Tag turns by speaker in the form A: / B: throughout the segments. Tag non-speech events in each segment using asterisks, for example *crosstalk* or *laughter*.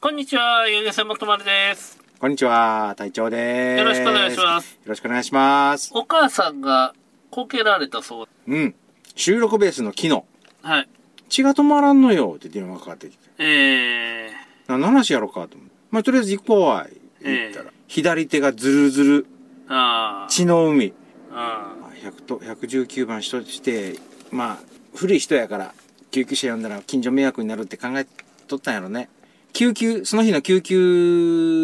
A: こんにちは、ゆうげせもとまるです。
B: こんにちは、隊長です。
A: よろしくお願いします。
B: よろしくお願いします。
A: お母さんがこけられたそう。
B: うん。収録ベースの機能。
A: はい。
B: 血が止まらんのよって電話がかかってきて。
A: えー、
B: 何の話やろうかと思って。まあ、とりあえず行こうわい。言ったら、左手がズルズル、
A: あ
B: 血の海。
A: あ、うん。
B: まあ100と119番人として、まあ、古い人やから、救急車呼んだら近所迷惑になるって考えとったんやろね。救急、その日の救急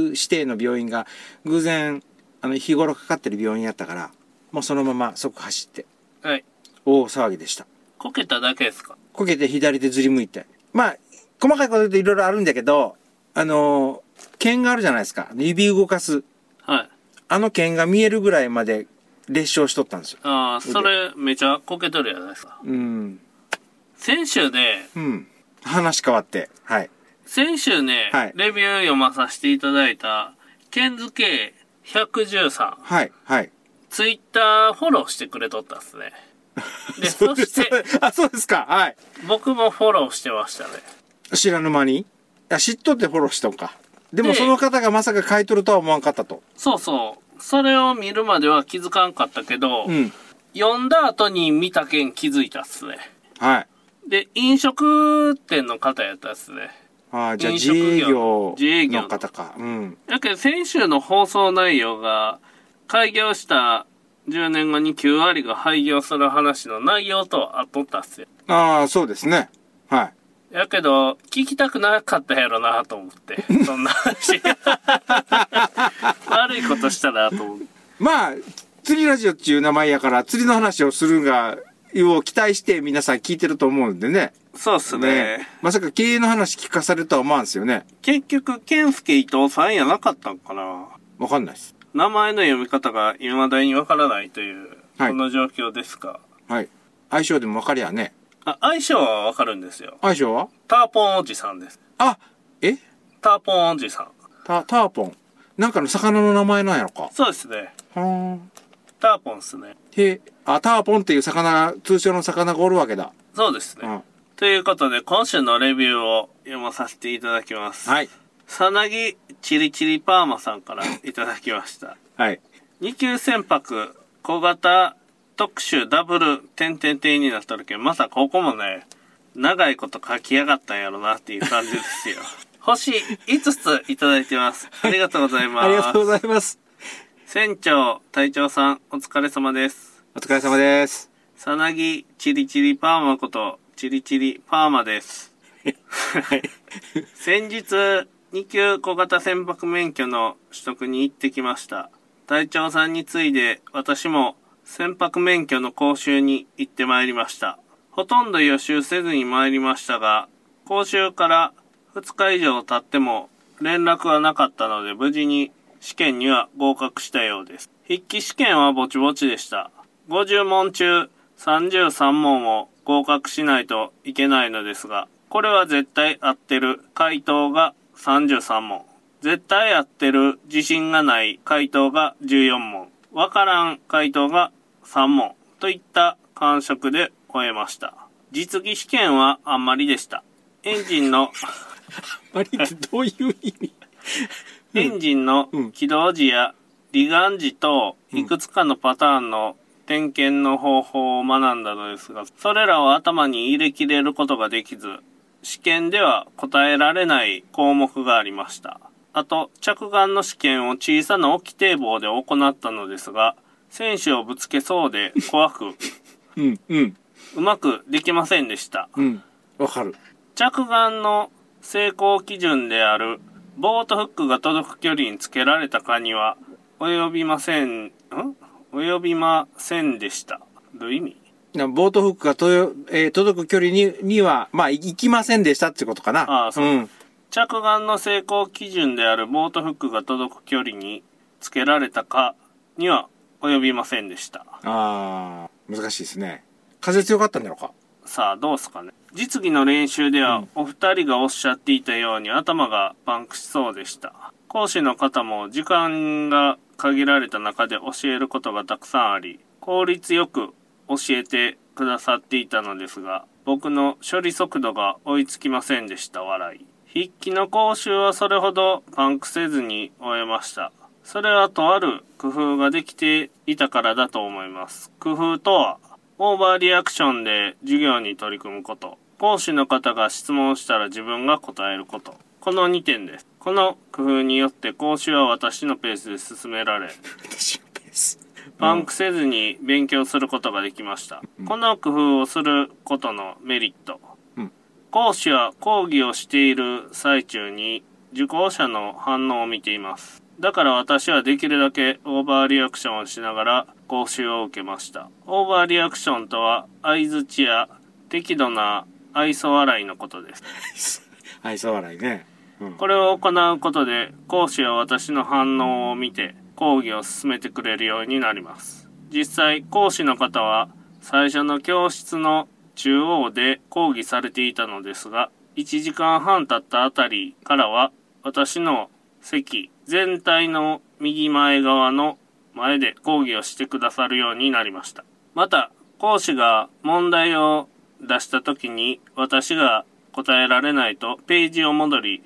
B: 指定の病院が、偶然、あの、日頃かかってる病院やったから、もうそのまま即走って、
A: はい。
B: 大騒ぎでした。
A: こけただけですか
B: こけて左手ずり向いて。まあ、細かいこと言うといろいろあるんだけど、あのー剣があるじゃないですか。指動かす。
A: はい。
B: あの剣が見えるぐらいまで裂傷しとったんですよ。
A: ああ、それめちゃこけとるやないですか。
B: うん。
A: 先週ね、
B: うん。話変わって。はい。
A: 先週ね、
B: はい
A: レビュー読まさせていただいた、ケンズ K113、
B: はい。はい。
A: ツイッターフォローしてくれとったっす
B: *laughs*
A: ね。で、そして、
B: あ、そうですか。はい。
A: 僕もフォローしてましたね。
B: 知らぬ間に。あ、知っとってフォローしとんか。でも
A: で
B: その方がまさか買い取るとは思わんかったと。
A: そうそう。それを見るまでは気づかんかったけど、
B: うん。
A: 読んだ後に見た件気づいたっすね。
B: はい。
A: で、飲食店の方やったっすね。
B: あーじゃあ
A: 飲
B: 自
A: 食業
B: 営業
A: 自営業の
B: の方か。うん。
A: だけど先週の放送内容が、開業した10年後に9割が廃業する話の内容とあっとったっすよ。
B: ああ、そうですね。はい。
A: やけど、聞きたくなかったやろなと思って。そんな *laughs* 話。悪いことしたなと思って。
B: まあ、釣りラジオっていう名前やから、釣りの話をするが、を期待して皆さん聞いてると思うんでね。
A: そうっすね。
B: まさか経営の話聞かされるとは思わんすよね。
A: 結局、健介伊藤さんやなかったんかな。
B: わかんないです。
A: 名前の読み方が未だにわからないという、
B: はい
A: この状況ですが。
B: はい。相性でもわかりゃね。
A: あ、相性はわかるんですよ。
B: 相性は
A: ターポンおじさんです。
B: あえ
A: ターポンおじさん。
B: タ、ターポン。なんかの魚の名前なんやろか。
A: そうですね。
B: はーん。
A: ターポンっすね。
B: へあ、ターポンっていう魚、通称の魚がおるわけだ。
A: そうです
B: う
A: ね
B: ん。。
A: ということで、今週のレビューを読まさせていただきます。
B: はい。
A: さなぎチリチリパーマさんからいただきました。
B: はい。
A: 二級船舶小型特殊ダブル点点点になっとるけんまさここもね長いこと書きやがったんやろなっていう感じですよ
B: *laughs*
A: 星5ついただいてますありがとうございます
B: ありがとうございます。
A: 船長隊長さんお疲れ様です
B: お疲れ様です。
A: さなぎチリチリパーマことチリチリパーマです
B: はい。
A: *laughs* 先日2級小型船舶免許の取得に行ってきました隊長さんに次いで私も船舶免許の講習に行ってまいりましたほとんど予習せずに参りましたが講習から2日以上経っても連絡はなかったので無事に試験には合格したようです筆記試験はぼちぼちでした50問中33問を合格しないといけないのですが、これは絶対合ってる回答が33問。絶対合ってる自信がない回答が14問。わからん回答が3問。といった感触で終えました。実技試験はあんまりでした。エンジンの
B: マリってどういう意味
A: エンジンの
B: うん
A: 起動時や離岸時等、
B: うん
A: いくつかのパターンの点検の方法を学んだのですが、それらを頭に入れきれることができず、試験では答えられない項目がありました。あと、着岸の試験を小さな置き堤防で行ったのですが、選手をぶつけそうで怖く、
B: うん、うん、
A: うまくできませんでした。
B: うん。わかる。
A: 着岸の成功基準であるボートフックが届く距離につけられたかには及びません、ん及びませんでした。どういう意味
B: なボートフックがとよ、えー届く距離にには、まあ、い行きませんでしたってことかな。
A: ああそう
B: うん。
A: 着岸の成功基準であるボートフックが届く距離につけられたかには及びませんでした。
B: ああ、難しいですね。風強かったんだろうか。
A: さあどうすかね実技の練習ではお二人がおっしゃっていたように頭がパンクしそうでした講師の方も時間が限られた中で教えることがたくさんあり効率よく教えてくださっていたのですが僕の処理速度が追いつきませんでした笑い筆記の講習はそれほどパンクせずに終えました。それはとある工夫ができていたからだと思います。工夫とは、オーバーリアクションで授業に取り組むこと、講師の方が質問したら自分が答えること。この2点です。この工夫によって講習は私のペースで進められ、
B: 私のペース
A: パンクせずに勉強することができました。この工夫をすることのメリット。
B: うん
A: 講師は講義をしている最中に受講者の反応を見ています。だから私はできるだけオーバーリアクションをしながら講習を受けました。オーバーリアクションとは相槌や適度な愛想笑いのことです。
B: 愛想笑いね、うん、
A: これを行うことで講師は私の反応を見て講義を進めてくれるようになります実際講師の方は最初の教室の中央で講義されていたのですが1時間半経ったあたりからは私の席全体の右前側の前で講義をしてくださるようになりましたまた講師が問題を出した時に私が答えられないとページを戻り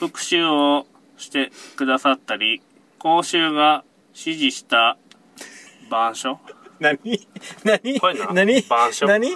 A: 復習をしてくださったり講習が指示した板書
B: 何 *laughs* 何
A: これな
B: 何
A: 板書
B: 何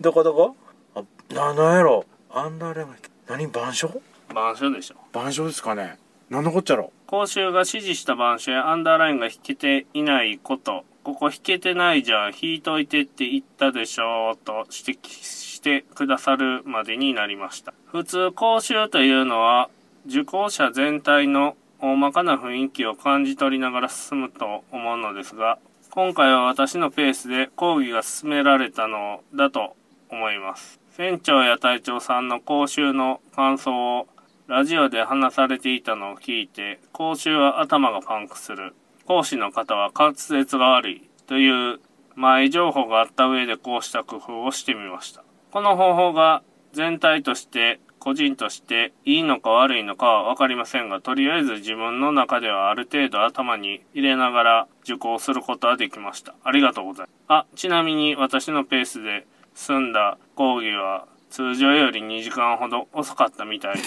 B: どこどこあななんやろアンダーレブル何板書
A: 板書でしょ
B: 板書ですかね何のこっちゃろ
A: 講習が指示した板書やアンダーラインが引けていないことここ引けてないじゃん引いといてって言ったでしょうと指摘してくださるまでになりました普通講習というのは受講者全体の大まかな雰囲気を感じ取りながら進むと思うのですが今回は私のペースで講義が進められたのだと思います船長や隊長さんの講習の感想をラジオで話されていたのを聞いて講習は頭がパンクする講師の方は滑舌が悪いという前情報があった上でこうした工夫をしてみましたこの方法が全体として個人としていいのか悪いのかは分かりませんがとりあえず自分の中ではある程度頭に入れながら受講することはできましたありがとうございますあちなみに私のペースで済んだ講義は通常より2時間ほど遅かったみたいで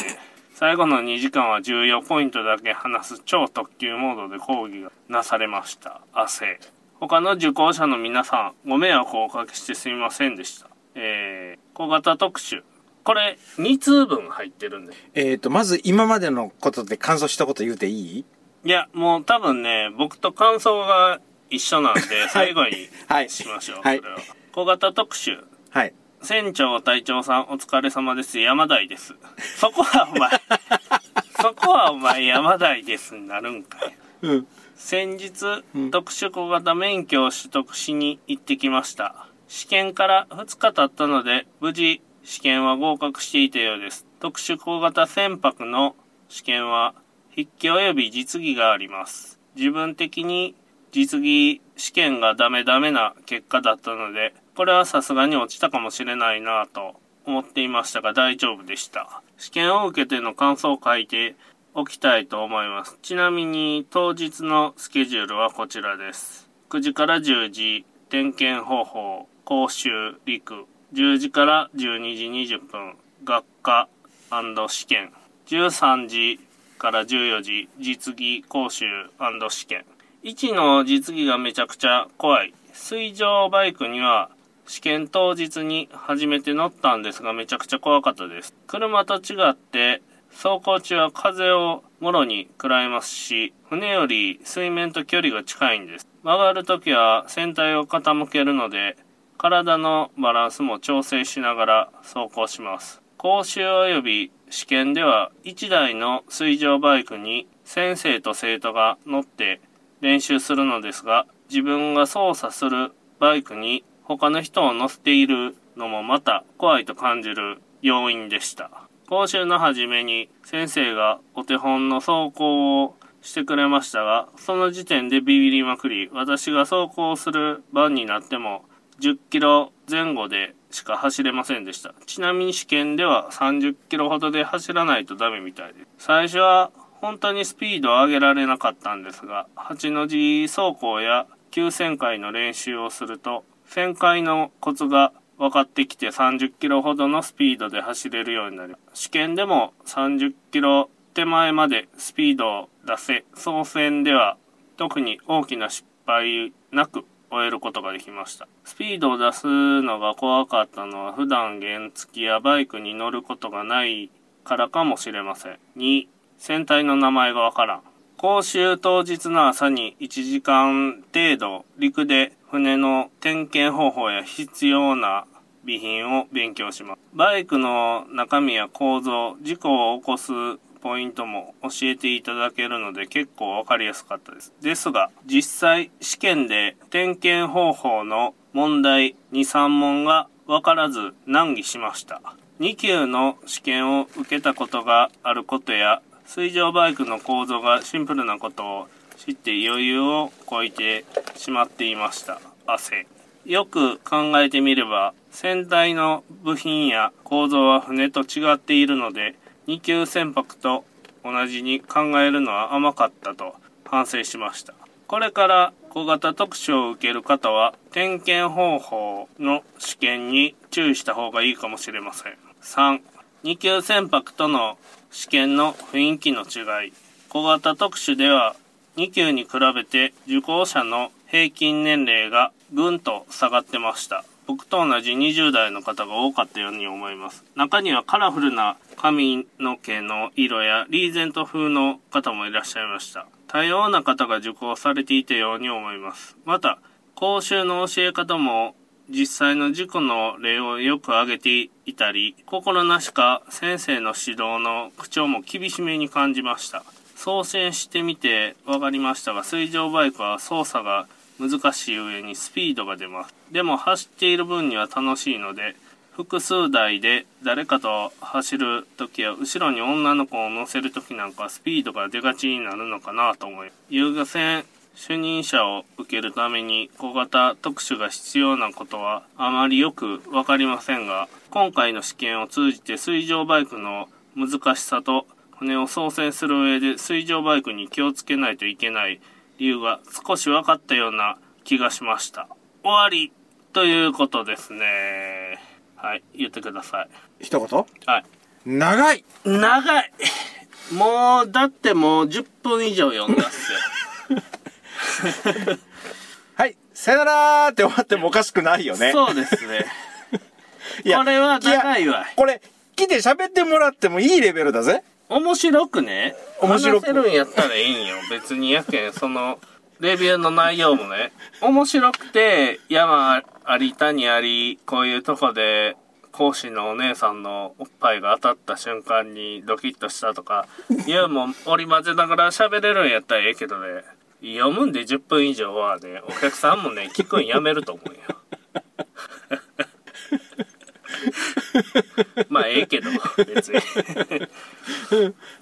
A: 最後の2時間は重要ポイントだけ話す超特急モードで講義がなされました汗他の受講者の皆さんご迷惑をおかけしてすみませんでしたえー、小型特集これ2通分入ってるんで
B: えっ、とまず今までのことで感想したこと言うていい
A: いやもう多分ね僕と感想が一緒
B: *laughs*
A: なんで最後に
B: はい
A: しましょう、
B: はい
A: それは小型特集
B: はい
A: 船長隊長さんお疲れ様です山台ですそこはお
B: *laughs*
A: 前そこはお前山台ですになるんかい
B: うん
A: 先日、
B: うん
A: 特殊小型免許を取得しに行ってきました試験から2日経ったので無事試験は合格していたようです特殊小型船舶の試験は筆記及び実技があります自分的に実技試験がダメダメな結果だったのでこれはさすがに落ちたかもしれないなぁと思っていましたが大丈夫でした試験を受けての感想を書いておきたいと思いますちなみに当日のスケジュールはこちらです9時から10時点検方法講習陸10時から12時20分学科試験13時から14時実技講習試験1の実技がめちゃくちゃ怖い水上バイクには試験当日に初めて乗ったんですがめちゃくちゃ怖かったです車と違って走行中は風をもろに食らいますし船より水面と距離が近いんです曲がる時は船体を傾けるので体のバランスも調整しながら走行します講習及び試験では1台の水上バイクに先生と生徒が乗って練習するのですが自分が操作するバイクに他の人を乗せているのもまた怖いと感じる要因でした講習の初めに先生がお手本の走行をしてくれましたがその時点でビビりまくり私が走行する番になっても10キロ前後でしか走れませんでしたちなみに試験では30キロほどで走らないとダメみたいです最初は本当にスピードを上げられなかったんですが8の字走行や急旋回の練習をすると旋回のコツが分かってきて30キロほどのスピードで走れるようになり試験でも30キロ手前までスピードを出せ総選では特に大きな失敗なく終えることができましたスピードを出すのが怖かったのは普段原付やバイクに乗ることがないからかもしれません2船体の名前がわからん講習当日の朝に1時間程度陸で船の点検方法や必要な備品を勉強しますバイクの中身や構造事故を起こすポイントも教えていただけるので結構わかりやすかったですですが実際試験で点検方法の問題23問がわからず難儀しました2級の試験を受けたことがあることや水上バイクの構造がシンプルなことを知って余裕をこいてしまっていました汗よく考えてみれば船体の部品や構造は船と違っているので2級船舶と同じに考えるのは甘かったと反省しましたこれから小型特殊を受ける方は点検方法の試験に注意した方がいいかもしれません32級船舶との試験の雰囲気の違い小型特殊では2級に比べて受講者の平均年齢がぐんと下がってました僕と同じ20代の方が多かったように思います中にはカラフルな髪の毛の色やリーゼント風の方もいらっしゃいました多様な方が受講されていたように思いますまた講習の教え方も実際の事故の例をよく挙げていたり心なしか先生の指導の口調も厳しめに感じました操船してみて分かりましたが水上バイクは操作が難しい上にスピードが出ますでも走っている分には楽しいので複数台で誰かと走る時や後ろに女の子を乗せる時なんかはスピードが出がちになるのかなと思い遊漁船主任者を受けるために小型特殊が必要なことはあまりよく分かりませんが今回の試験を通じて水上バイクの難しさと船を操船する上で水上バイクに気をつけないといけない理由が少し分かったような気がしました終わりということですねはい言ってください
B: 一言
A: はい
B: 長い
A: 長いもうだってもう10分以上読んだっすよ
B: はい、さよならーって終わってもおかしくないよね。
A: そうですね
B: *laughs* いや
A: これは長いわ
B: やこれ、来て喋ってもらってもいいレベルだぜ。
A: 面白くね
B: 面白く
A: 話せるんやったらいいんよ別にやけんそのレビューの内容もね面白くて山あり谷ありこういうとこで講師のお姉さんのおっぱいが当たった瞬間にドキッとしたとかいうもん織り交ぜながら喋れるんやったらええけどね読むんで10分以上はねお客さんもね聞くんやめると思
B: *laughs*
A: うよまあええけど別に。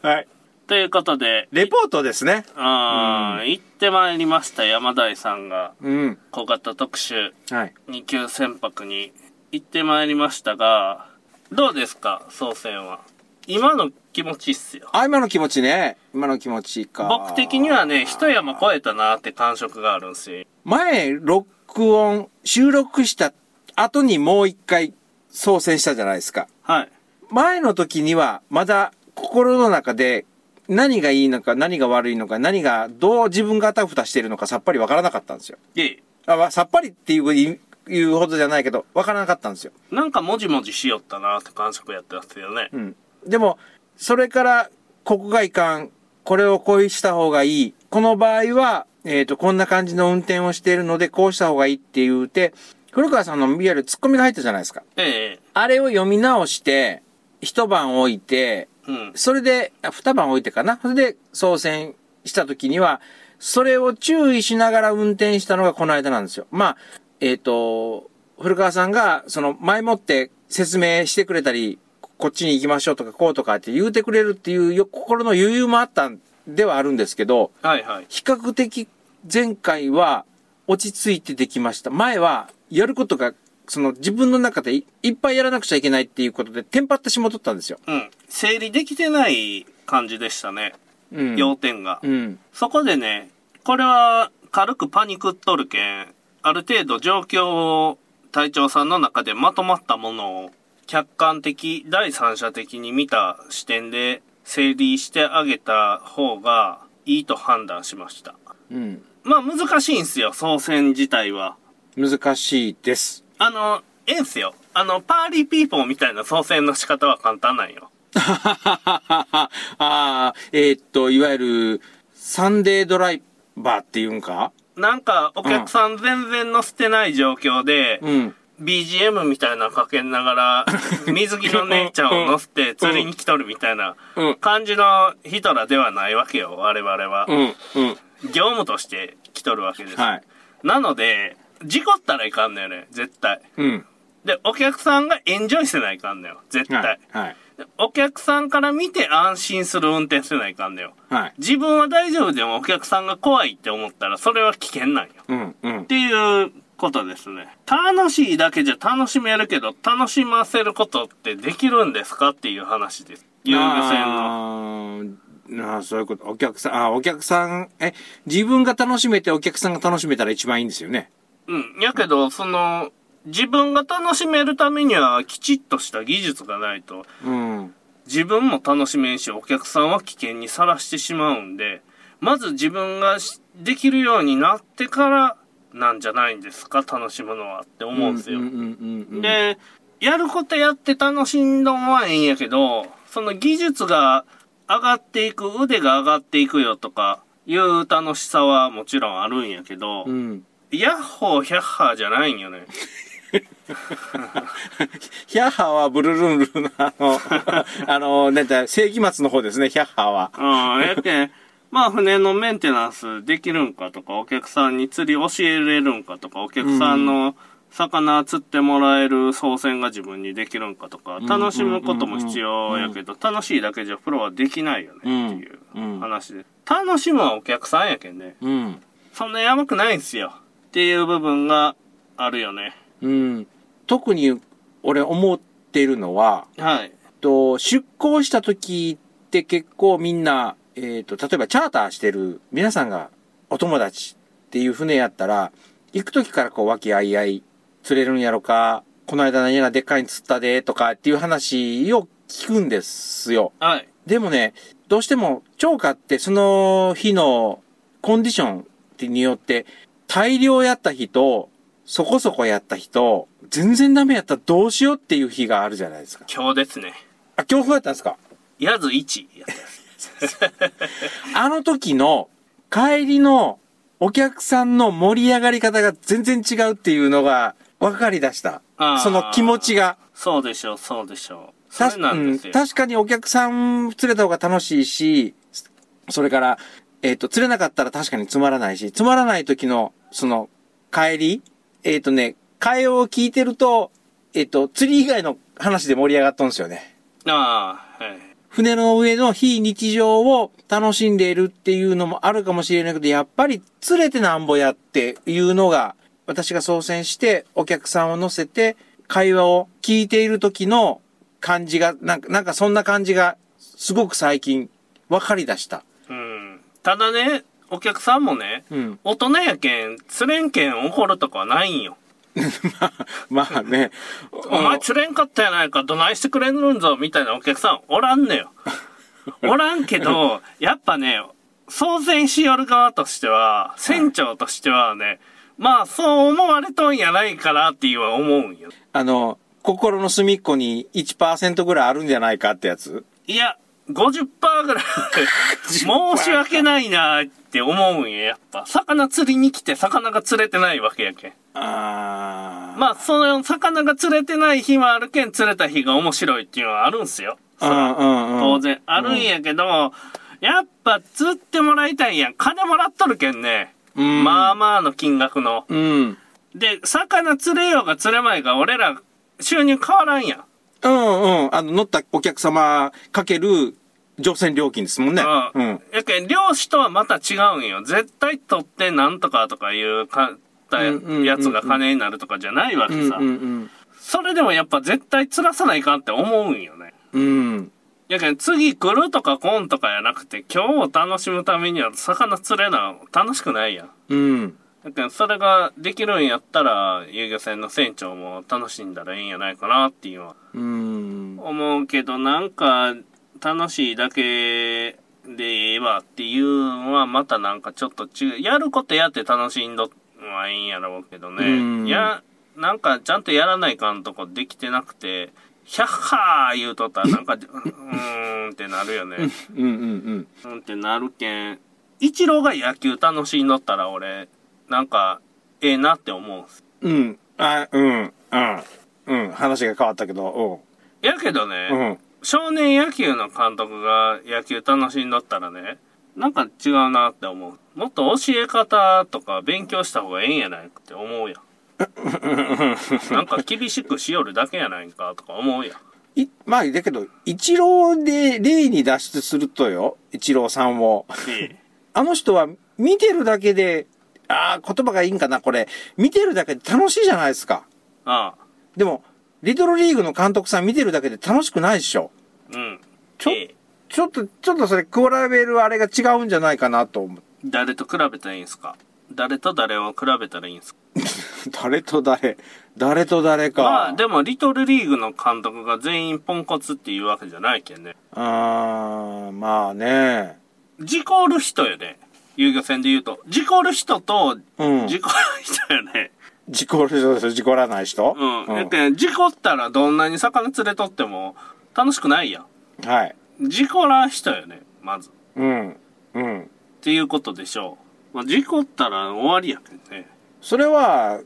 B: はい。
A: ということで、
B: レポートですね。
A: あー行ってまいりました、山台さんが。
B: うん。
A: 小型特集、
B: はい。
A: 2級船舶に行ってまいりましたが、どうですか、総選は。今の気持ちっすよ。
B: あ、今の気持ちね。今の気持ちか。
A: 僕的にはね、一山越えたなって感触があるんすよ。
B: 前、録音、収録した後にもう一回、操船したじゃないですか。
A: はい。
B: 前の時には、まだ心の中で、何がいいのか、何が悪いのか、何が、どう自分があたふたしてるのか、さっぱりわからなかったんですよ。
A: で、
B: あわさっぱりっていういいうほどじゃないけど、わからなかったんですよ。
A: なんかもじもじしよったなって感触やったっすよね。
B: うん。でも、それから、ここがいかん。これをこうした方がいい。この場合は、えっ、と、こんな感じの運転をしているので、こうした方がいいって言うて、古川さんのいわゆるツッコミが入ったじゃないですか。
A: ええ
B: あれを読み直して、一晩置いて、
A: うん。
B: それで、あ二晩置いてかな。それで、操船した時には、それを注意しながら運転したのがこの間なんですよ。まあ、えっ、と、古川さんが、その、前もって説明してくれたり、ここっちに行きましょうとか、こうとかって言うてくれるっていうよ心の余裕もあったんではあるんですけど、
A: はいはい。
B: 比較的前回は落ち着いてできました。前は、やることが、その自分の中でいいっぱいやらなくちゃいけないっていうことで、テンパってしまっとったんですよ。
A: うん。整理できてない感じでしたね。
B: うん。
A: 要点が。
B: うん。
A: そこでね、これは軽くパニクっとるけん、ある程度状況を隊長さんの中でまとまったものを客観的、第三者的に見た視点で整理してあげた方がいいと判断しました。
B: うん。
A: まあ難しいんすよ、総選自体は。
B: 難しいです。 *laughs*
A: あの、ええんすよ。あの、パーリーピーポーみたいな総選の仕方は簡単なんよ。
B: ああ、えーっと、いわゆる、サンデードライバーっていうんか
A: なんか、お客さん全然乗せてない状況で、
B: うん。
A: BGM みたいなのかけながら、
B: *laughs*
A: 水着の姉ちゃんを乗せて釣りに来とるみたいな
B: うん
A: 感じのヒトラではないわけよ、我々は。
B: うん、うん。
A: 業務として来とるわけです。
B: はい。
A: なので、事故ったらいかんのよね、絶対。
B: うん。
A: で、お客さんがエンジョイせないかんのよ、絶対。
B: はい。はい。
A: でお客さんから見て安心する運転せないかんのよ。
B: はい。
A: 自分は大丈夫でもお客さんが怖いって思ったらそれは危険なんよ。
B: うん、うん
A: っ。ていうことですね。楽しいだけじゃ楽しめるけど、楽しませることってできるんですかっていう話です。遊漁船の。
B: の。ああ、そういうこと。お客さん、ああ、お客さん、え、自分が楽しめてお客さんが楽しめたら一番いいんですよね。
A: うん。やけど、その、自分が楽しめるためにはきちっとした技術がないと、
B: うん。
A: 自分も楽しめんし、お客さんは危険にさらしてしまうんで、まず自分がしできるようになってからなんじゃないんですか、楽しむのはって思うんですよ。
B: うん、うん、うんうん。、
A: で、やることやって楽しんどんはええんやけど、その技術が上がっていく、腕が上がっていくよとかいう楽しさはもちろんあるんやけど、
B: うん。
A: ヤッホーヒャッハーじゃないんよね。
B: *laughs* ヒャッハーはブルルンルンのあの、 *laughs* あの、なんだ、世紀末の方ですね、ヒャッハーは。
A: うん、やけん、 *laughs* まあ船のメンテナンスできるんかとか、お客さんに釣り教えれるんかとか、お客さんの魚釣ってもらえる操船が自分にできるんかとか、楽しむことも必要やけど、楽しいだけじゃプロはできないよねっていう
B: うん
A: 話で。楽しむはお客さんやけんね。
B: うん。
A: そんなやばくないんすよ。っていう部分があるよね。
B: うん。特に、俺思ってるのは、
A: はい。
B: と、出航した時って結構みんな、えっ、と、例えばチャーターしてる皆さんがお友達っていう船やったら、行く時からこう、和気あいあい、釣れるんやろか、この間何やらでっかいに釣ったで、とかっていう話を聞くんですよ。
A: はい。
B: でもね、どうしても、超過ってその日のコンディションによって、大量やった日と、そこそこやった日と、全然ダメやったらどうしようっていう日があるじゃないですか。
A: 今日ですね。
B: あ、強風やったんですか
A: やず1やったです。
B: あの時の帰りのお客さんの盛り上がり方が全然違うっていうのが分かりだした
A: あー。
B: その気持ちが。
A: そうでしょう、そうでしょう。そ
B: た
A: れなんですよ
B: うん。確かにお客さん釣れた方が楽しいし、それから、えっ、と、釣れなかったら確かにつまらないし、つまらない時の、その、帰りえっ、とね、会話を聞いてると、えっ、と、釣り以外の話で盛り上がっとんですよね。
A: ああ、はい。
B: 船の上の非日常を楽しんでいるっていうのもあるかもしれないけど、やっぱり釣れてなんぼやっていうのが、私が操船してお客さんを乗せて会話を聞いている時の感じが、なんか、なんかそんな感じがすごく最近分かりだした。
A: うん。ただね、お客さんもね、
B: うん。
A: 大人やけん、釣れんけん怒るとかはないんよ。
B: まあね。
A: お前釣れんかったやないか、どないしてくれるんぞ、みたいなお客さんおらんのよ。おらんけど、やっぱね、操船しよる側としては、船長としてはね、まあそう思われとんやないかなっていうは思うんよ。
B: あの、心の隅っこに1%ぐらいあるんじゃないかってやつ
A: いや、50%ぐらい、申し訳ないなって思うんよ、やっぱ。魚釣りに来て、魚が釣れてないわけやけん。
B: あー。
A: まあ、その、魚が釣れてない日もあるけん、釣れた日が面白いっていうのはあるんすよ。
B: うんうんうん。
A: 当然。あるんやけど、やっぱ釣ってもらいたいやん。金もらっとるけんね。
B: うん。
A: まあまあの金額の。
B: うん。
A: で、魚釣れようが釣れまいが、俺ら収入変わらんやん。
B: うんうん。あの、乗ったお客様かける乗船料金ですもんね。
A: う
B: うんん。。
A: やけん、漁師とはまた違うんよ。絶対取ってなんとかとかいうか、た
B: うんうんうんうん
A: やつが金になるとかじゃないわ
B: う
A: け
B: ん
A: さ
B: う。ん
A: それでもやっぱ絶対釣らさないかんって思うんよね。
B: うん。うん。
A: やけん、次来るとか来んとかやなくて、今日を楽しむためには魚釣れな、楽しくないやん。
B: うん。
A: だけどそれができるんやったら遊漁船の船長も楽しんだらいいんやないかなっていうのは
B: うん。
A: 思うけどなんか楽しいだけでええわっていうのはまたなんかちょっと違うやることやって楽しんどんはいいんやろうけどね、
B: うん
A: やなんかちゃんとやらないかんとこできてなくて「ヒャッハー!」言うとったらなんか「 *laughs* うーん」ってなるよね。
B: うんうん
A: うんってなるけん一郎が野球楽しんどったら俺なんかええなって思うんす
B: うん。うん。あ、うん。あ、うん。話が変わったけど、
A: やけどね、
B: うん。うん。
A: 少年野球の監督が野球楽しんどったらねなんか違うなって思うもっと教え方とか勉強した方がええんやないかって思う
B: *laughs*
A: やんなんか厳しくしよるだけやないかとか思うやん
B: いまあ、だけど、一郎で例に脱出するとよ、一郎さんを。
A: で
B: あの人は見てるだけで、ああ、言葉がいいんかな、これ。見てるだけで楽しいじゃないですか。
A: ああ
B: でも、リトルリーグの監督さん見てるだけで楽しくないでしょ。
A: うん
B: ちょ
A: ええ
B: ちょっと、ちょっとそれ、比べるあれが違うんじゃないかなと思う。 *laughs*
A: 誰と比べたらいいんすか誰と誰を比べたらいいんすか
B: 誰と誰誰と誰か。
A: まあでもリトルリーグの監督が全員ポンコツっていうわけじゃないけんね
B: あーまあね。
A: 事故る人よね遊漁船で言うと事故る人と
B: うん。
A: 事故る人よね、
B: 事故る人ですよ事故らない人。
A: うん。
B: う
A: だっ
B: ん
A: て、事故ったらどんなに魚連れとっても楽しくないや
B: はい。
A: ん。事故らん人よね、まず。っ
B: うん。うん。
A: ていうことでしょう。まあ、事故ったら終わりやけどね。
B: それは、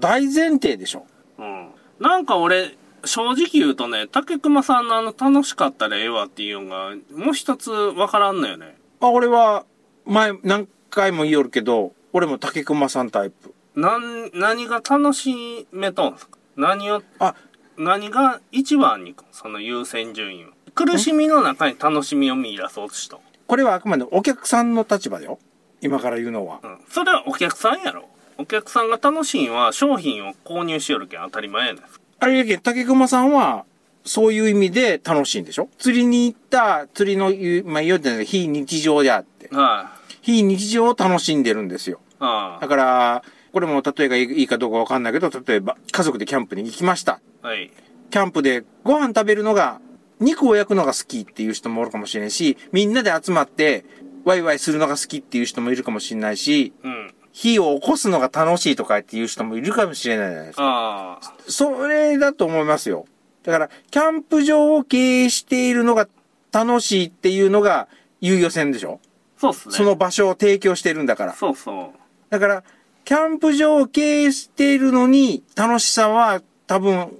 B: 大前提でしょ。
A: うん。なんか俺、正直言うとね、竹熊さんのあの楽しかったらええわっていうのが、もう一つわからんのよね。
B: まあ俺は、前、何回も言いよるけど、俺も竹熊さんタイプ。
A: なん、何が楽しめとんすか何を、
B: あ、
A: 何が一番に、その優先順位を。苦しみの中に楽しみを見出そうとしとん。
B: これはあくまでお客さんの立場だよ。今から言うのは
A: う。んそれはお客さんやろお客さんが楽しいんは商品を購入しよるけん当たり前やねん
B: あれやけん、竹熊さんは、そういう意味で楽しいんでしょ釣りに行った、釣りの言う、まあ、言うてない非日常であって。
A: は
B: 非日常を楽しんでるんですよ。
A: いあ
B: だから、これも例えがいいかどうかわかんないけど、例えば家族でキャンプに行きました。
A: あはい
B: キャンプでご飯食べるのが、肉を焼くのが好きっていう人もおるかもしれんし、みんなで集まってワイワイするのが好きっていう人もいるかもしれないし、
A: うん
B: 火を起こすのが楽しいとかっていう人もいるかもしれないじゃないですか。
A: ああ
B: それだと思いますよ。だから、キャンプ場を経営しているのが楽しいっていうのが遊漁船でしょ、
A: そうっすね
B: その場所を提供してるんだから。
A: そうそう
B: だから、キャンプ場を経営しているのに、楽しさは多分、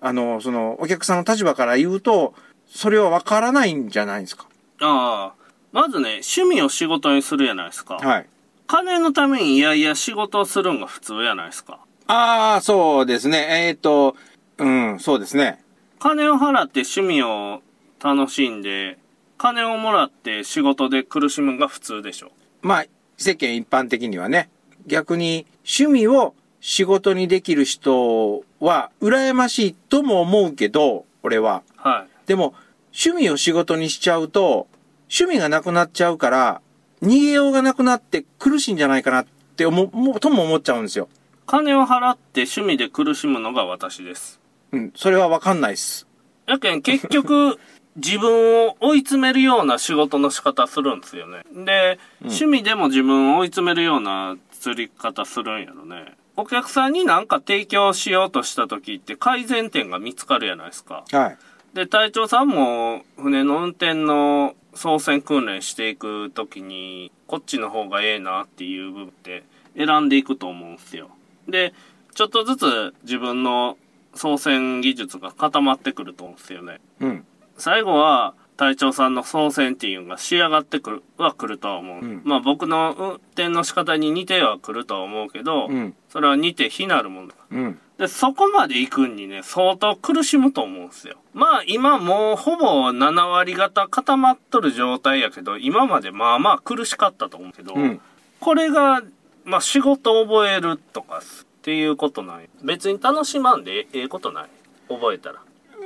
B: あの、その、お客さんの立場から言うと、それはわからないんじゃないですか。
A: ああまずね趣味を仕事にするやないですか、
B: はい。
A: 金のためにいやいや仕事をするんが普通やないですか
B: ああ、そうですね。えっ、と、うん、そうですね。
A: 金を払って趣味を楽しんで金をもらって仕事で苦しむんが普通でしょ
B: まあ、世間一般的にはね、逆に趣味を仕事にできる人は羨ましいとも思うけど、俺は。
A: はい
B: でも、趣味を仕事にしちゃうと、趣味がなくなっちゃうから、逃げようがなくなって苦しいんじゃないかなって思う、もうとも思っちゃうんですよ。
A: 金を払って趣味で苦しむのが私です
B: うん、それはわかんないっす。
A: やけん結局自分を追い詰めるような仕事の仕方するんですよねで、趣味でも自分を追い詰めるような釣り方するんやろねお客さんに何か提供しようとした時って改善点が見つかるやないですか
B: はい。
A: で隊長さんも船の運転の操船訓練していく時にこっちの方がええなっていう部分って選んでいくと思うんですよでちょっとずつ自分の操船技術が固まってくると思うんですよね
B: うん。
A: 最後は隊長さんの総選っていうのが仕上がってくるは来るとは思う、
B: うん
A: まあ僕の運転の仕方に似ては来るとは思うけど、
B: うん。
A: それは似て非なるもの
B: うん。
A: でそこまで行くんにね相当苦しむと思うんですよまあ今もうほぼ7割方固まっとる状態やけど今までまあまあ苦しかったと思うけど、
B: うん。
A: これが、まあ、仕事覚えるとかっていうことなんや別に楽しまんでええことない覚えたら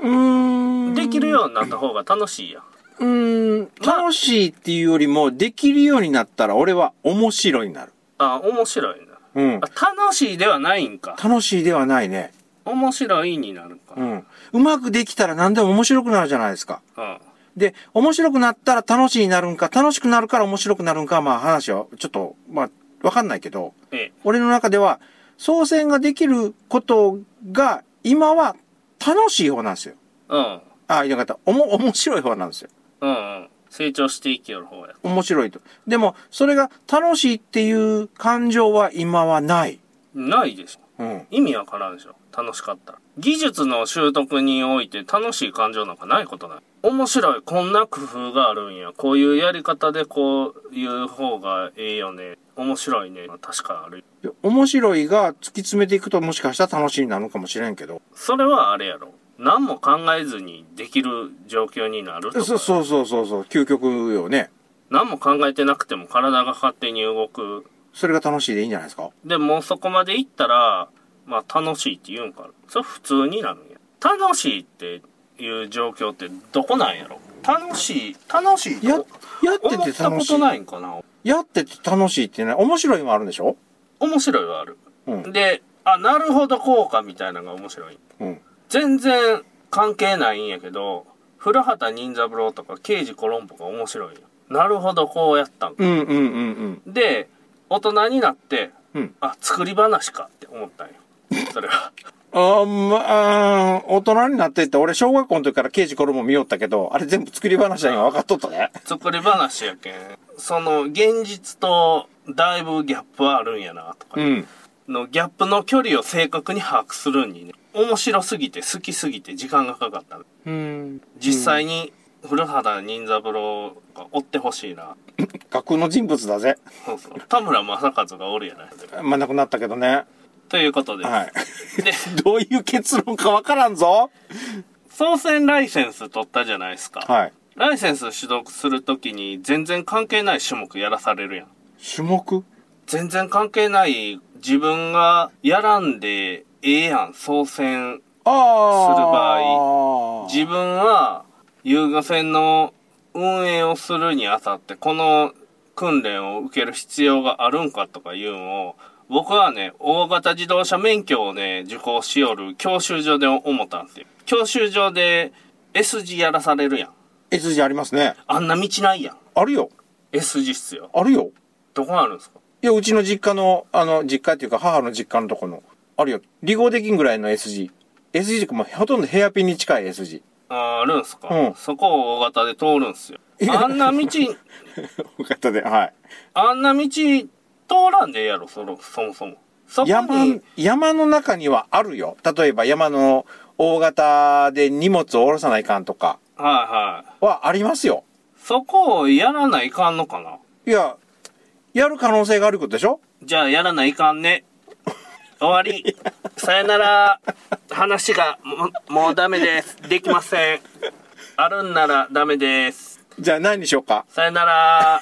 B: うーん。
A: できるようになった方が楽しいやん
B: うーん。楽しいっていうよりも、できるようになったら俺は面白いになる。
A: あ面白いな
B: うん
A: あ。楽しいではないんか。
B: 楽しいではないね。
A: 面白いになるか。
B: うん。うまくできたら何でも面白くなるじゃないですか。
A: うん。
B: で、面白くなったら楽しいになるんか、楽しくなるから面白くなるんか、まあ話はちょっと、まあ、わかんないけど、
A: ええ。
B: 俺の中では、操船ができることが、今は楽しい方なんですよ。
A: うん。
B: ああ、言い方、おも、面白い方なんですよ。
A: うんうん。成長していきよる方や。
B: 面白いと。でも、それが楽しいっていう感情は今はない。
A: ないでしょ。
B: うん。
A: 意味わからんでしょ。楽しかったら。技術の習得において楽しい感情なんかないことない。面白い。こんな工夫があるんや。こういうやり方でこういう方がええよね。面白いね。確かにある。
B: 面白いが突き詰めていくともしかしたら楽しいになるのかもしれんけど。
A: それはあれやろ。何も考えずにできる状況になるとか。
B: そうそうそうそうそう、究極よね。
A: 何も考えてなくても体が勝手に動く。
B: それが楽しいでいいんじゃないですか
A: でもうそこまで行ったら、まあ楽しいって言うんかな。それ普通になるんや。楽しいっていう状況ってどこなんやろ楽しい、楽しい
B: や、や
A: と
B: って
A: 思ってた
B: 楽
A: こ
B: しい
A: と。ないんかな。
B: やってて楽しいってね、面白いもあるんでしょ
A: 面白いはある。
B: うん。
A: で、あ、なるほどこうかみたいなのが面白い。
B: うん。
A: 全然関係ないんやけど、古畑任三郎とか刑事コロンボが面白いよ。なるほどこうやったんか。
B: うんうんうんうん。
A: で、大人になって、
B: うん。
A: あ、作り話かって思ったんよ。それは。
B: あんまあー、大人になってって、俺小学校の時から刑事コロも見よったけど、あれ全部作り話だ今分かっとったね。
A: 作り話やけんその現実とだいぶギャップはあるんやなとか、
B: ん。
A: のギャップの距離を正確に把握するにね面白すぎて好きすぎて時間がかかった
B: うん。
A: 実際に古畑任三郎が追ってほしいな
B: 架空の人物だぜ。
A: そうそう田村正和がおるやない
B: まあ、亡くなったけどね。
A: ということです、
B: はい。 *laughs*
A: で
B: どういう結論か分からんぞ。
A: 操船ライセンス取ったじゃないですか、
B: はい。
A: ライセンス取得するときに全然関係ない種目やらされるやん
B: 種目
A: 全然関係ない自分がやらんでええやん操船
B: ああ。
A: する場
B: 合
A: 自分は遊漁船の運営をするにあたってこの訓練を受ける必要があるんかとかいうのを僕はね大型自動車免許をね受講しよる教習所で思ったんですよ教習所で S 字やらされるやん
B: S 字ありますね。
A: あんな道ないやん
B: あるよ。
A: S 字っすよ
B: あるよ。
A: どこあるんですか
B: いや、うちの実家の、あの、実家っていうか、母の実家のとこの、あるよ。離合できんぐらいの S 字。S 字ってもうほとんどヘアピンに近い S 字。
A: ああるんすか、
B: うん
A: そこを大型で通るんすよあんな道
B: よかったで、はい。
A: あんな道通らんでええやろ、その、そもそも。そこ
B: 山
A: に、、
B: 山の中にはあるよ。例えば山の大型で荷物を下ろさないかんとか
A: はいはい。
B: はありますよ。
A: そこをやらないかんのかない
B: や、やる可能性があることでしょ
A: じゃあやらないかんね。終わり。さよなら。話が、ももうダメです。できません。あるんならダメです。
B: じゃあ何にしようか。
A: さよなら。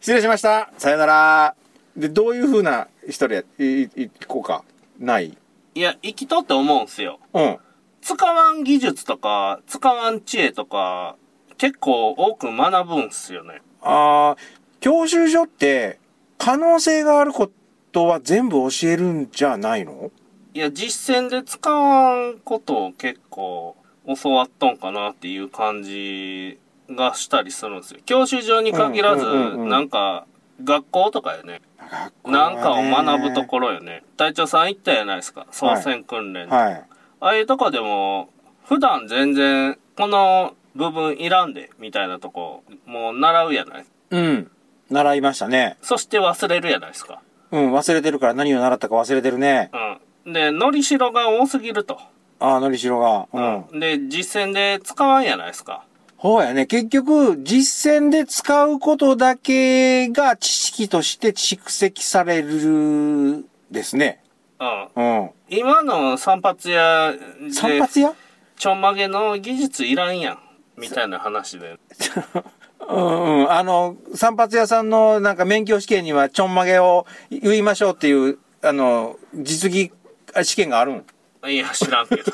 B: 失礼しました。さよなら。で、どういう風な人でやい、い、いこうか。ない。
A: いや、生きとって思うんすよ。
B: うん。
A: 使わん技術とか、使わん知恵とか、結構多く学ぶんすよね。
B: ああ、教習所って可能性があることは全部教えるんじゃないの
A: いや、実践で使わんことを結構教わったんかなっていう感じがしたりするんですよ。教習所に限らず、
B: うんうんうんうん
A: なんか、学校とかよね。なんかを学ぶところよね。隊長さん言ったじゃないですか。操船訓練。あ
B: はい。
A: あいうとこでも、普段全然、この部分いらんで、みたいなとこ、もう習うやない。
B: うん。習いましたね。
A: そして忘れるやないですか。
B: うん、忘れてるから何を習ったか忘れてるね。
A: うん。で、のりしろが多すぎると。
B: ああ、のりしろが。うん。
A: で、実践で使わんやないですか。
B: ほうやね。結局、実践で使うことだけが知識として蓄積されるですね。
A: うん。
B: うん。
A: 今の散髪屋
B: 散
A: で
B: 髪屋
A: ちょんまげの技術いらんやんみたいな話で
B: うんうん。あの、散髪屋さんのなんか免許試験にはちょんまげを言いましょうっていう、あの、実技あ試験があるん。 *laughs*
A: いや知らんけど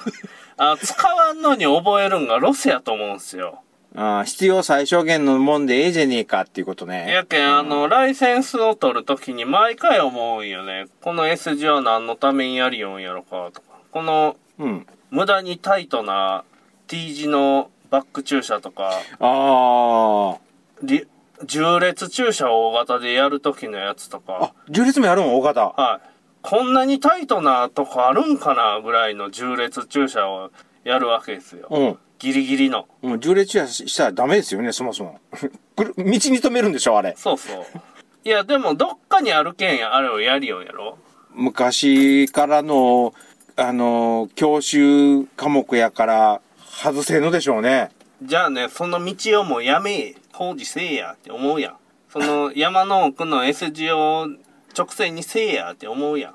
A: あ使わんのに覚えるんがロスやと思うんすよ
B: うあー必要最小限のもんでええじゃねえかっていうことね
A: や。けん、あの、ライセンスを取るときに毎回思うんよね。この S 字は何のためにやりよんやろかとか。この
B: うん。
A: 無駄にタイトな T 字のバック駐車とか、
B: ああ。
A: り重列駐車を大型でやるときのやつと
B: あ
A: か、、
B: 重列もやるん大型。
A: はい。こんなにタイトなとこあるんかなぐらいの重列駐車をやるわけですよ。
B: うん。
A: ギリギリの。
B: うん、重列駐車したらダメですよね、そもそも。 *laughs* くる道に止めるんでしょ、あれ。
A: そうそう。 *laughs* いや、でもどっかにあるけんや、あれをやりよんやろ。
B: 昔からの、あの、教習科目やから、外せんのでしょうね。
A: じゃあね、その道をもうやめ、工事せえやって思うやん。その山の奥の S 字を直線にせえやって思うや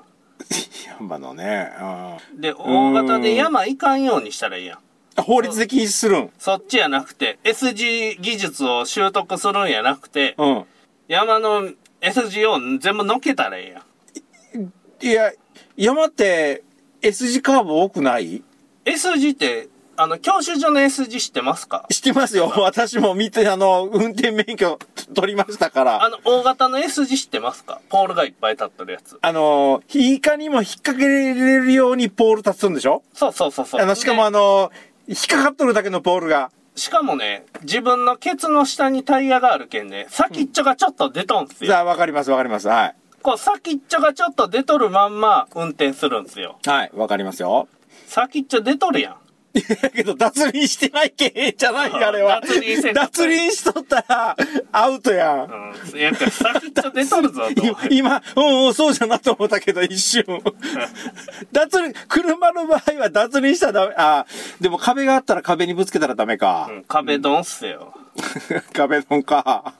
B: 山のね。あ
A: ん。で、大型で山行かんようにしたらいいやん。
B: ー法律で禁止するん。
A: そっちやなくて、S 字技術を習得するんやなくて、
B: うん。
A: 山の S 字を全部のけたらええやん。
B: いや、山って S 字カーブ多くない
A: S 字って、あの、教習所の S 字知ってますか
B: 知ってますよ。私も見て、あの、運転免許 *laughs* 取りましたから。
A: あ
B: あ
A: の、大型の S 字知ってますかポールがいっぱい立ってるやつ。
B: の、いかにも引っ掛けれるようにポール立つんでしょ
A: そうそうそうそう。
B: あの、しかもあの、引っかかっとるだけのポールが。
A: しかもね、自分のケツの下にタイヤがあるけんね、先っちょがちょっと出とんす
B: じ
A: よ。
B: ゃあ、わかります、わかります。はい。
A: こう、先っちょがちょっと出とるまんま運転するんすよ。
B: はい、わかりますよ。 *laughs*
A: 先っちょ出とるやん。
B: だけど、脱輪してないけんじゃないあれは。
A: 脱輪せん
B: 脱輪しとったら、アウトやん。
A: うん。やっぱ先っちょ出とる
B: *laughs*
A: ぞ、と思って。
B: 今、うんうん、そうじゃなと思ったけど、一 *laughs* 瞬。脱輪、車の場合は脱輪したらダメ。あーでも壁があったら壁にぶつけたらダメか
A: う。ん、壁ドンっすよ。
B: 壁ドンか。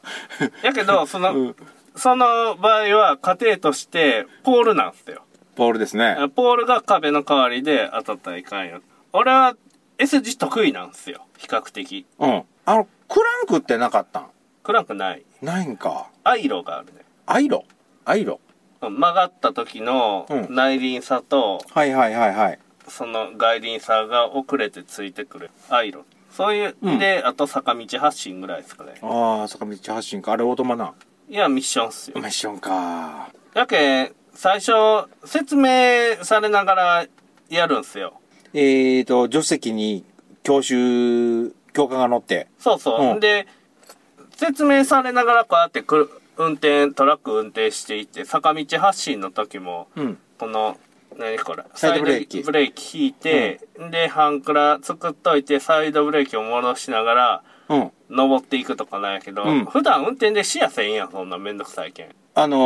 A: やけど、その、その場合は家庭としてポールなんすよ。
B: ポールですね。
A: ポールが壁の代わりで当たったらいかんよ。俺は S 字得意なんすよ。比較的。
B: うん。あの、クランクってなかったん
A: 暗くない。
B: ないんか。
A: アイロがあるね。
B: アイロアイロ
A: 曲がった時の
B: うん
A: 内輪差と、
B: はいはいはいはい。
A: その外輪差が遅れてついてくるアイロンそういう、
B: うん
A: であと坂道発進ぐらいですかね
B: ああ、坂道発進か。あれ、オートマな。
A: いやミッションっすよ
B: ミッションか。
A: やけ最初説明されながらやるんすよ
B: えーと、助手席に教習、教官が乗って。
A: そうそう、
B: うん
A: で説明されながらこうやってくる運転トラック運転していって坂道発進の時も
B: うん。
A: この何これ
B: サイドブレーキ
A: サイドブレーキ引いて、で半クラ作っといてサイドブレーキを戻しながら
B: うん。
A: 登っていくとかなんやけど、
B: うん
A: 普段運転で視野せんやんそんなめんどくさいけん
B: あの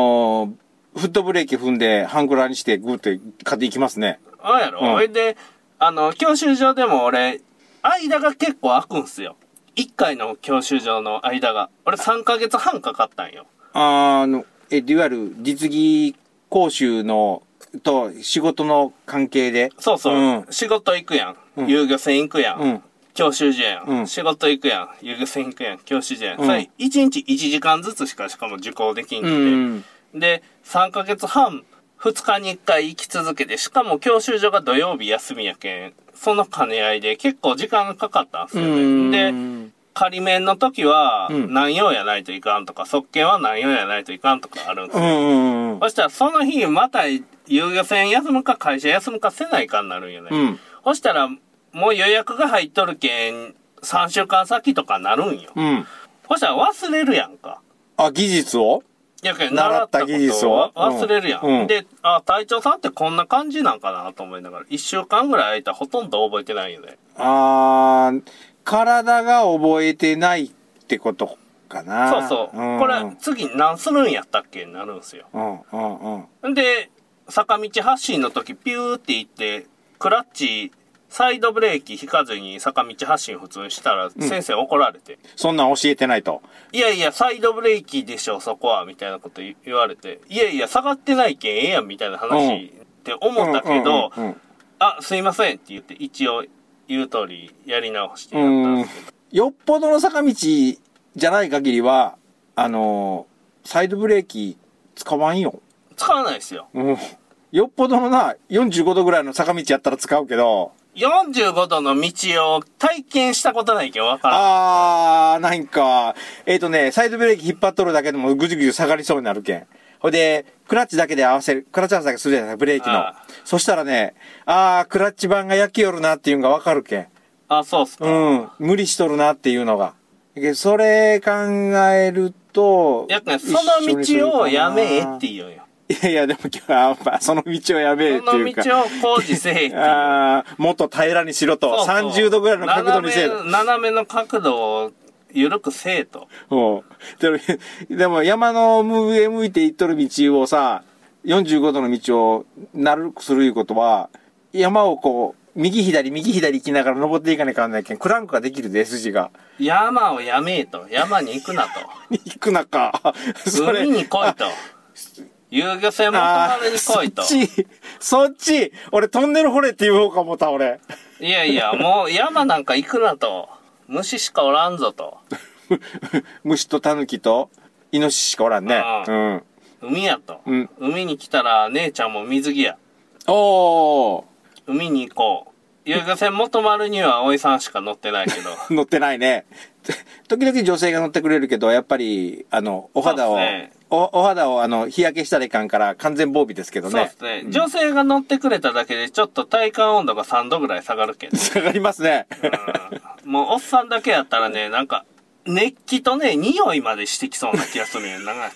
B: ー、フットブレーキ踏んで、ハンクラーにして、グーって買っていきますね。
A: あんやろ
B: うん
A: ほい、であの教習所でも俺間が結構空くんすよ1回の教習所の間が俺3ヶ月半かかったんよ
B: あーあの、え、いわゆる実技講習の、と仕事の関係で。
A: そうそう、
B: うん
A: 仕事行くやん、
B: ん
A: 遊漁船行くやん、
B: うん。
A: 教習所やん、
B: うん
A: 仕事行くやん遊漁船行くやん教習所やん、
B: うん
A: それ1日1時間ずつしかしかも受講できんく
B: う
A: て、
B: ん。
A: で、3ヶ月半、2日に1回行き続けて、しかも教習所が土曜日休みやけん、その兼ね合いで結構時間がかかったんですよ
B: うん。
A: ね。で、仮面の時は
B: う、ん
A: 何曜やないといかんとか、即見は何曜やないといかんとかあるんです
B: う
A: よ。
B: ん。うん。
A: そしたら、その日、また遊漁船休むか会社休むかせないかになるんよね。
B: うん。
A: そしたら、もう予約が入っとるけん、3週間先とかなるんよ。
B: うん。
A: そしたら忘れるやんか。
B: あ、技術を
A: やけん
B: 習
A: 習
B: っ
A: ったた
B: 技術を
A: こと忘れるやん、
B: うん
A: であ隊長さんってこんな感じなんかなと思いながら1週間ぐらい空いたらほとんど覚えてないよね
B: あー体が覚えてないってことかな。
A: そうそう、
B: ん
A: これ次何するんやったっけになるんすよ
B: うんうんうん。
A: で坂道発進の時ピューって行ってクラッチサイドブレーキ引かずに坂道発進普通にしたら先生怒られて、
B: そんなん教えてないと。
A: いやいやサイドブレーキでしょそこはみたいなこと言言われていやいや下がってないけんええやんみたいな話って思ったけど、
B: うんうんうん
A: あ、すいませんって言って、一応言う通りやり直してやったんですけど。
B: よっぽどの坂道じゃない限りは、あのーサイドブレーキ使わんよ。
A: 使わないですよ。
B: うん。よっぽどのな、45度ぐらいの坂道やったら使うけど、
A: 45度の道を体験したことないけどわからん。
B: あー、なんか、えっ、とね、サイドブレーキ引っ張っとるだけでもぐじゅぐじゅ下がりそうになるけん。ほいで、クラッチだけで合わせる、クラッチ合わせだけするじゃないですか、ブレーキの
A: あ。
B: そしたらね、あー、クラッチ板が焼きよるなっていうのがわかるけん。
A: あ、そうっすか。
B: うん、無理しとるなっていうのが。けそれ考えると、
A: やっぱね、その道をやめえって
B: い
A: 言うよ。
B: う。いやいや、でも今日は、まあその道をやめえっ
A: そ
B: てい
A: の
B: うか。
A: 道を工事せえって言う。
B: あーもっと平らにしろと。
A: そうそう
B: 30度ぐらいの角度にせえと。
A: 斜め斜めの角度を緩くせえと。
B: おうでもでも山の上向いて行っとる道をさ45度の道をるくするいうことは山をこう右左右左行きながら登っていかなきゃなんないけんクランクができるで S 字が
A: 山をやめえと。山に行くなと。
B: 行くなか *laughs* それ
A: 海に来いと。遊漁船も求めに来いと
B: あ。ーそっちそっち俺トンネル掘れって言おうか思った俺
A: いやいや、もう山なんか行くなと。虫しかおらんぞと。
B: *laughs* 虫とタヌキとイノシシしかおらんね
A: あ
B: う
A: ー
B: ん
A: 海やと。
B: うん
A: 海に来たら姉ちゃんも水着や。
B: おー
A: 海に行こう。遊漁船元丸には葵さんしか乗ってない
B: *laughs*
A: けど。
B: 乗ってないね。時々女性が乗ってくれるけど、やっぱり、あの、お肌を、
A: そうっすね
B: おお肌をあの日焼けしたらいかんから完全防備ですけど
A: そう
B: ね
A: で。すね。
B: ん
A: 女性が乗ってくれただけでちょっと体感温度が3度ぐらい下がる
B: *laughs*
A: けど。
B: 下がりますね。
A: うんもうおっさんだけやったらね、なんか、熱気とね、匂いまでしてきそうな気がするよ。なんか、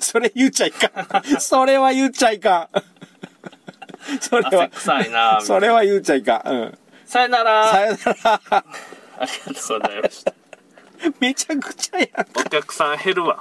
B: それ言っちゃいか *laughs* ん。それは言っちゃいかん。 *laughs* それ
A: 汗
B: は、
A: 臭いなぁみたい
B: そ
A: な。
B: れは言っちゃいかん。うん。
A: さよなら。
B: さよなら。
A: ありがとうございました。
B: めちゃくちゃやん。
A: お客さん減るわ。